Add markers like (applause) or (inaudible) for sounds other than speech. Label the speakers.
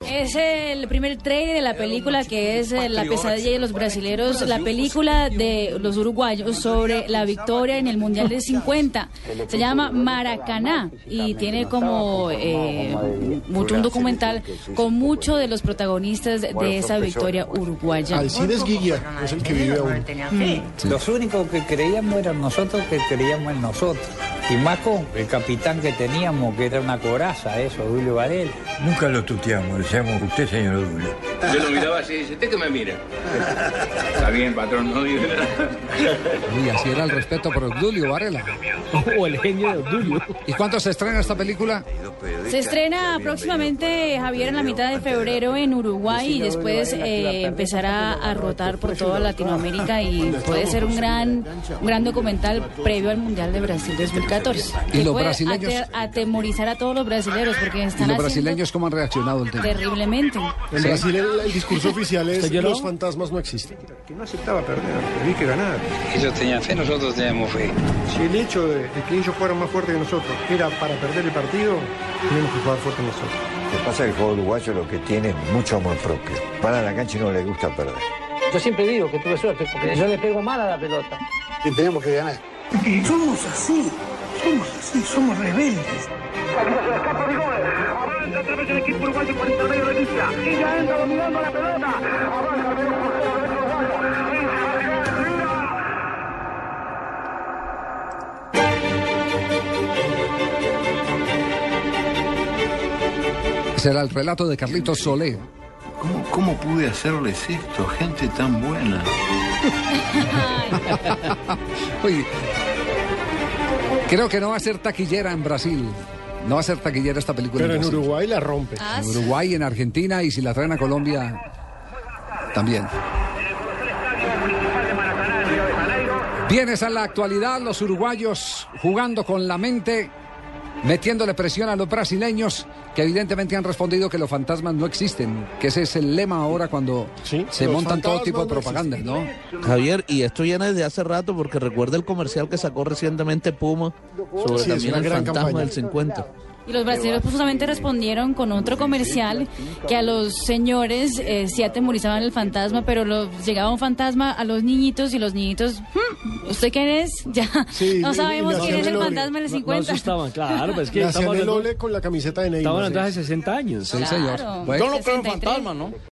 Speaker 1: Es el primer trailer de la película que es eh, La pesadilla de los brasileros, la película de los uruguayos sobre la victoria en el Mundial del 50. Se llama Maracaná y tiene como eh, mucho un documental con muchos de los protagonistas de esa victoria uruguaya.
Speaker 2: Alcides Pues Guilla es el que vive aún.
Speaker 3: Los únicos que creíamos eran nosotros que creíamos en nosotros. Y Maco, el capitán que teníamos, que era una coraza, eso, Julio Varela.
Speaker 4: Nunca lo tuteamos, decíamos usted, señor Dule.
Speaker 5: Yo lo miraba así y dice, ¿usted qué me
Speaker 6: (laughs)
Speaker 5: mira? Está bien, patrón, no digo nada.
Speaker 7: Y así era el respeto por Obdulio Varela.
Speaker 3: O el genio de Obdulio.
Speaker 7: ¿Y cuándo se estrena esta película?
Speaker 1: Se estrena próximamente, Javier, en la mitad de febrero en Uruguay y después eh, empezará a rotar por toda Latinoamérica y puede ser un gran, un gran documental previo al Mundial de Brasil 2014.
Speaker 7: ¿Y
Speaker 1: que
Speaker 7: los
Speaker 1: puede
Speaker 7: brasileños?
Speaker 1: ate- atemorizar a todos los brasileños porque
Speaker 7: ¿Y
Speaker 1: están
Speaker 7: los
Speaker 1: haciendo
Speaker 7: brasileños cómo han reaccionado al tema?
Speaker 1: terriblemente.
Speaker 2: En Brasil el, el discurso oficial es
Speaker 3: ¿Usted lloró?
Speaker 2: los fantasmas no existen.
Speaker 8: que no aceptaba perder, tenía que ganar.
Speaker 3: Ellos tenían fe, nosotros teníamos fe.
Speaker 8: Si el hecho de, de que ellos fueran más fuertes que nosotros era para perder el partido, tenemos que jugar fuerte nosotros.
Speaker 4: Lo que pasa es que el juego uruguayo lo que tiene es mucho amor propio. Van a la cancha y no les gusta perder.
Speaker 3: Yo siempre digo que tuve suerte, porque yo le pego mal a la pelota.
Speaker 2: Y tenemos que ganar.
Speaker 9: Somos así, somos así, somos rebeldes.
Speaker 7: Será el relato de Carlitos Solé.
Speaker 6: ¿Cómo, ¿Cómo pude hacerles esto? Gente tan buena.
Speaker 7: Oye, creo que no va a ser taquillera en Brasil. No va a ser taquillera esta película.
Speaker 2: Pero en
Speaker 7: Brasil.
Speaker 2: Uruguay la rompe.
Speaker 1: Ah,
Speaker 7: En Uruguay, en Argentina y si la traen a Colombia, también. Vienes a la actualidad, los uruguayos jugando con la mente, metiéndole presión a los brasileños, que evidentemente han respondido que los fantasmas no existen, que ese es el lema ahora cuando
Speaker 2: Sí,
Speaker 7: se
Speaker 2: los
Speaker 7: montan todo
Speaker 2: fantasmas
Speaker 7: tipo de
Speaker 2: no
Speaker 7: propaganda,
Speaker 2: existen.
Speaker 7: ¿no?
Speaker 10: Javier, y esto viene desde hace rato porque recuerda el comercial que sacó recientemente Puma sobre
Speaker 2: Sí, es
Speaker 10: también
Speaker 2: una
Speaker 10: el
Speaker 2: gran
Speaker 10: fantasma
Speaker 2: campaña.
Speaker 10: del 50.
Speaker 1: Y los brasileños pues, justamente respondieron con otro comercial que a los señores eh, sí atemorizaban el fantasma, pero lo- llegaba un fantasma a los niñitos y los niñitos, "Hmm, ¿usted quién es? (laughs) Ya
Speaker 2: Sí, y- y
Speaker 1: no
Speaker 2: le
Speaker 1: sabemos quién
Speaker 2: hacían
Speaker 1: es
Speaker 2: el
Speaker 1: el
Speaker 2: ole.
Speaker 1: fantasma del
Speaker 3: No, no
Speaker 1: 50. (laughs)
Speaker 3: asustaban, claro, pues es que
Speaker 2: Le hacían
Speaker 3: estamos
Speaker 2: el
Speaker 3: hablando,
Speaker 2: ole con la camiseta de
Speaker 3: estamos hablando
Speaker 2: Neymar.
Speaker 3: hace 60 años.
Speaker 7: Sí, señor.
Speaker 1: Claro.
Speaker 7: Bueno.
Speaker 1: no creo en fantasmas,
Speaker 9: ¿no?